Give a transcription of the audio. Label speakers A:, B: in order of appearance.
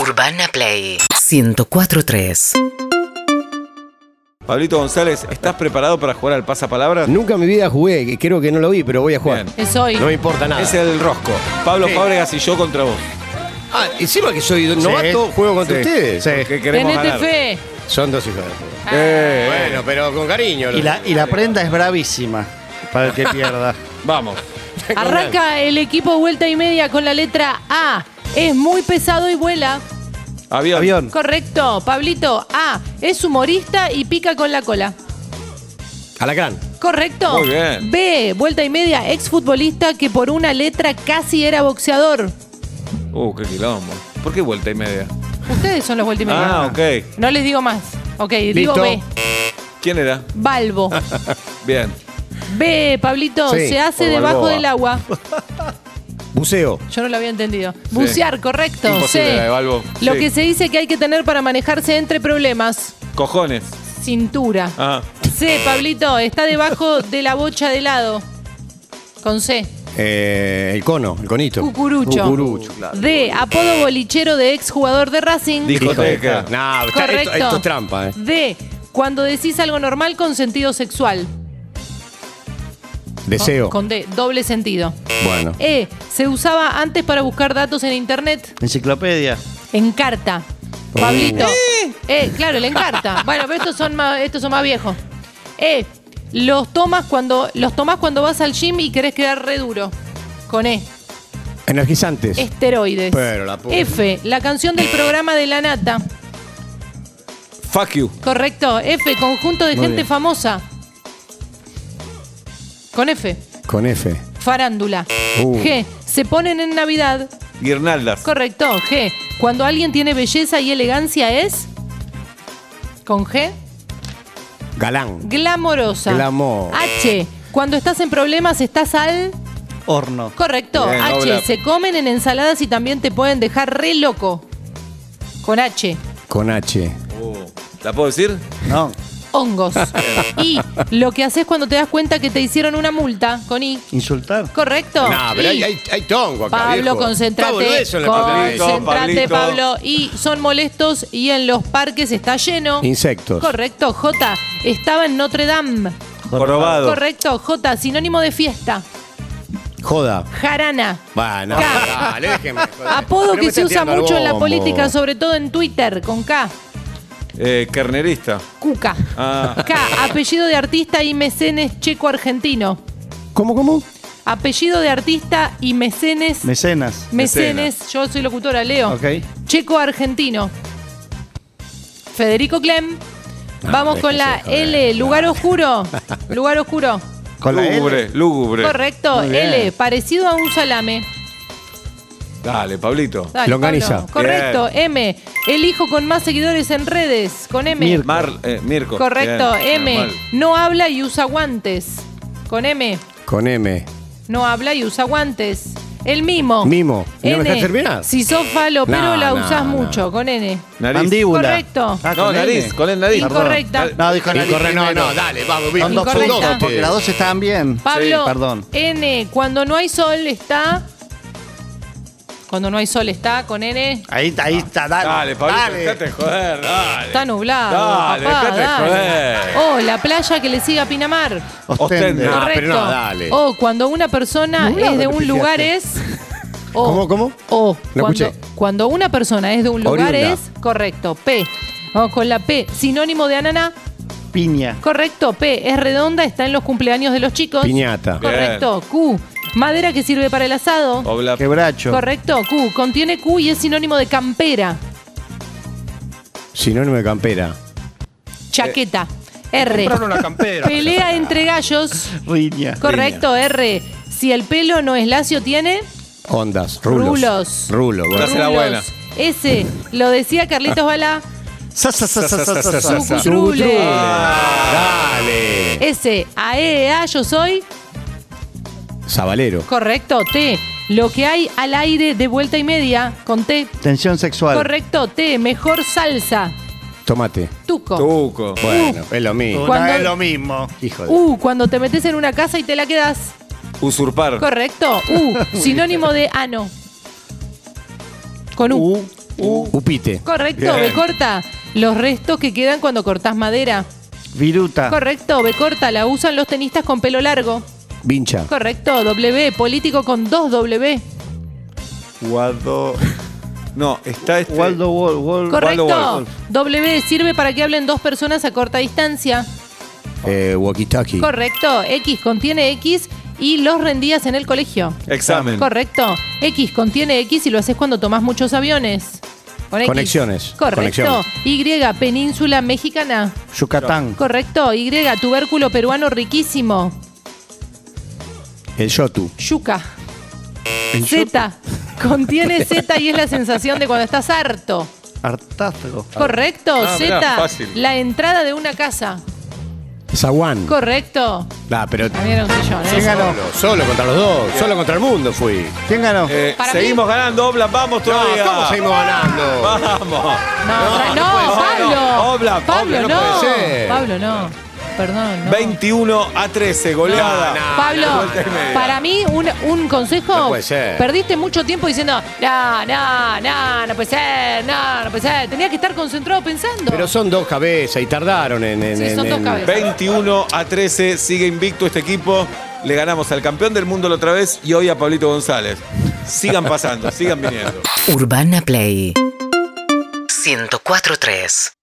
A: Urbana Play 1043.
B: Pablito González, ¿estás preparado para jugar al pasapalabra?
C: Nunca en mi vida jugué, que creo que no lo vi, pero voy a jugar.
B: Bien.
D: Es hoy.
C: No me importa nada.
B: Es el rosco. Pablo
C: Sí.
B: Fábregas y yo contra vos.
C: Ah, encima que soy novato, juego contra ustedes.
B: Que queremos
D: Tenete
B: ganar.
D: fe.
C: Son dos hijos de puta.
D: Ah.
B: Eh,
C: Bueno, pero con cariño.
E: Y la, y la prenda es bravísima para el que pierda.
B: Vamos.
D: Arranca el equipo vuelta y media con la letra A. Es muy pesado y vuela.
B: Avión.
E: Avión.
D: Correcto, Pablito. A. Es humorista y pica con la cola.
C: Alacrán.
D: Correcto.
B: Muy bien.
D: B. Vuelta y media, exfutbolista que por una letra casi era boxeador.
B: Uh, qué quilombo. ¿Por qué vuelta y media?
D: Ustedes son los vuelta y media.
B: Ah, ok.
D: No les digo más. Ok, digo
C: Listo.
D: B.
B: ¿Quién era?
D: Balbo.
B: Bien.
D: B, Pablito,
C: Sí,
D: se hace
B: o
D: debajo
B: Balboa.
D: del agua.
C: Buceo.
D: Yo no lo había entendido. Bucear, correcto.
B: Imposible
D: C.
B: la de Balbo.
D: Lo
B: Sí.
D: que se dice que hay que tener para manejarse entre problemas.
B: Cojones.
D: Cintura.
B: Ah.
D: C, Pablito, está debajo de la bocha de helado. Con C.
C: Eh, el cono, el conito.
D: Cucurucho.
C: Cucurucho.
D: D, apodo bolichero de exjugador de Racing.
B: Dijo-
C: Hijo de
B: Discoteca.
C: puta. No, está-
D: Correcto.
C: esto, esto es trampa, eh.
D: D, cuando decís algo normal con sentido sexual.
C: Deseo.
D: Con D, doble sentido.
C: Bueno.
D: E, se usaba antes para buscar datos en internet.
E: Enciclopedia.
D: Encarta.
C: Oh.
D: Pablito. Eh, claro, la encarta. bueno, pero estos son más, estos son más viejos. Eh, los tomas cuando los tomás cuando vas al gym y querés quedar re duro. Con E.
C: Energizantes.
D: Esteroides.
C: Pero la puta.
D: F, la canción del programa de la nata.
B: Fuck you.
D: Correcto. F, conjunto de
C: Muy
D: gente
C: bien.
D: famosa. Con F.
C: Con F.
D: Farándula.
C: Uh.
D: G, se ponen en Navidad.
B: Guirnaldas.
D: Correcto. G, cuando alguien tiene belleza y elegancia es. Con G.
C: Galán.
D: Glamorosa.
C: Glamour.
D: H. Cuando estás en problemas, estás al.
E: Horno.
D: Correcto.
B: Bien,
D: H.
B: Paula.
D: Se comen en ensaladas y también te pueden dejar re loco. Con H.
C: Con H.
B: Uh, ¿La puedo decir?
E: No.
D: Hongos. y lo que haces cuando te das cuenta que te hicieron una multa. Con I.
E: Insultar.
D: Correcto.
C: No, pero
D: Y-
C: hay, hay, hay tongo acá.
D: Pablo,
C: viejo. Está
D: concéntrate.
C: boludezo en la parte
B: Pablito, con-
D: Concéntrate,
B: Pablito.
D: Pablo. Y son molestos y en los parques está lleno.
C: Insectos.
D: Correcto. J. Estaba en Notre Dame.
B: Jorobado.
D: Correcto. J. Sinónimo de fiesta.
C: de- Joda.
D: Jarana.
C: Bueno,
D: K.
C: dale, déjeme. joder.
D: Apodo
C: Pero
D: que
C: me
D: se
C: está
D: usa
C: tirando al
D: mucho en la
C: bombo.
D: política, sobre todo en Twitter, con K.
B: Eh, carnerista.
D: Cuca.
B: Ah.
D: K. Apellido de artista y mecenes checo-argentino.
C: ¿Cómo, cómo?
D: Apellido de artista y mecenes.
E: Mecenas.
D: Mecenes. Yo soy locutora, Leo.
E: Ok.
D: Checo-argentino. Felico Clem. Vamos
C: déjese
D: con la
C: Ah, este joder,
D: L. Lugar oscuro. Lugar oscuro.
E: Con la
B: lúgubre,
E: L.
B: lúgubre.
D: Correcto.
E: Muy bien.
D: L. Parecido a un salame.
B: Dale, Pablito.
D: Dale,
C: Longaniza.
D: Pablo. Correcto. M. El hijo con más seguidores en redes. Con M.
E: Mirko.
B: Mar, eh, Mirko.
D: Correcto.
B: Bien,
D: M.
B: menos
D: No habla y usa guantes. Con M.
C: Con M.
D: No habla y usa guantes. El mimo.
C: Mimo. ¿No me
D: N.
C: dejas terminar?
D: Si sos falo, pero
C: No,
D: la
C: no,
D: usás
C: no.
D: mucho. Con N.
B: mal. Nariz.
E: Mandíbula.
D: Correcto.
B: No,
E: Ah, con
B: nariz,
E: N.
B: con el nariz.
D: Incorrecta.
E: No, dijo nariz.
C: Incorrecto. No,
E: primero.
C: no, dale, vamos, bien.
E: Son dos, son
D: Incorrecta.
E: dos, porque las dos estaban bien.
D: Pablo.
E: Sí, perdón.
D: N. Cuando no hay sol está. Cuando no hay sol está. Con N.
E: Ahí, ahí está, dale.
B: Ah. Dale, Pablito, dejate
E: dale.
B: de joder, dale.
D: Está nublado.
B: Dale,
D: papá,
B: dejate de
D: dale.
B: joder.
D: Oh, la playa que le sigue a Pinamar.
B: Ostende.
E: Ostende.
C: Ah,
D: Correcto.
C: pero no, dale.
D: O cuando una persona es
E: Nublado
D: de
E: le
D: un
E: pifiaste.
D: lugar es. O,
C: ¿Cómo, cómo?
D: O
C: No
D: cuando,
C: escuché.
D: cuando una persona es de un lugar
C: Oriunda.
D: es. Correcto. P. Vamos con la P. Sinónimo de ananá.
E: Piña.
D: Correcto. P. Es redonda, está en los cumpleaños de los chicos.
C: Piñata.
D: Correcto. Q. Madera que sirve para el asado.
B: Obla-
E: Quebracho.
D: Correcto. Q. Contiene Q y es sinónimo de campera.
C: Sinónimo de campera.
D: Chaqueta.
C: Eh,
D: R. Pelea entre gallos.
E: Riña.
D: Correcto, R. Si el pelo no es lacio, tiene.
C: Ondas. Rulos.
D: Rulos.
C: Rulo, bueno.
B: Hace la
D: rulos.
B: buena.
D: S. Lo decía Carlitos Balá.
E: Sa, sa, sa, sa, sa, sa, sa.
C: Su-
D: Trule.
C: trule.
D: Ah.
C: Dale.
D: S. A, E, A, yo soy.
C: Sabalero.
D: Correcto, T. Lo que hay al aire de vuelta y media, con T.
E: Tensión sexual.
D: Correcto, T. Mejor salsa.
C: Tomate.
D: Tuco. Uh.
B: Tuco.
C: Bueno, es lo mismo.
E: Una,
D: Cuando-
E: es lo mismo.
C: Hijo de.
D: U. Cuando te metes en una casa y te la quedas.
B: Usurpar.
D: Correcto. U. Sinónimo de ano. Con U.
E: U.
C: Upite.
D: Correcto,
B: Uh, Bien.
D: B corta. Los restos que quedan cuando cortás madera.
B: Ah.
E: Viruta.
D: Correcto, B corta. La usan los tenistas con pelo largo.
C: Vincha.
D: Correcto, W. Político con dos W.
B: Waldo. No, está este.
E: Waldo Wall. Wall-
D: Correcto.
B: Wolf.
D: W sirve para que hablen dos personas a corta distancia.
C: Eh, walkie-talkie.
D: Correcto. X contiene X y los rendías en el colegio.
B: Examen.
D: Correcto. X contiene X y lo haces cuando tomás muchos aviones. Con X.
C: Conexiones.
D: Correcto.
C: Conexiones.
D: Y, península mexicana.
E: Yucatán.
D: Correcto. Y, tubérculo peruano riquísimo.
C: El Yotu.
D: Yuca. Z. Contiene Z y es la sensación de cuando estás harto.
E: Artáfago.
D: Correcto.
B: Ah, mirá,
D: Z.
B: fácil.
D: La entrada de una casa.
C: Zaguán.
D: Correcto.
C: Ah, pero
D: También era un sillón, ¿eh?
E: ¿Quién ganó?
C: solo, solo contra los dos. Solo contra el mundo fui.
E: ¿Quién ganó?
B: Eh,
D: Para
B: seguimos ganando, Oblas, vamos todavía.
C: ¿Cómo seguimos ganando?
B: Vamos.
D: No, tra- no,
B: puede ser.
D: Pablo.
B: No, Oblak,
D: Pablo,
B: Oblak,
D: no.
B: no
C: puede ser.
D: Pablo, no. Perdón. No.
B: 21 a 13, goleada.
D: Pablo, para mí, un, un consejo.
C: No puede ser.
D: Perdiste mucho tiempo diciendo, no, no, no, no puede ser, no, no puede ser. Tenías que estar concentrado pensando.
C: Pero son dos cabezas y tardaron en. en-
D: Sí,
C: en-
D: son dos
C: en-
D: cabezas.
B: 21 a 13, sigue invicto este equipo. Le ganamos al campeón del mundo la otra vez y hoy a Pablito González. Sigan pasando, sigan viniendo.
A: Urbana Play 104.3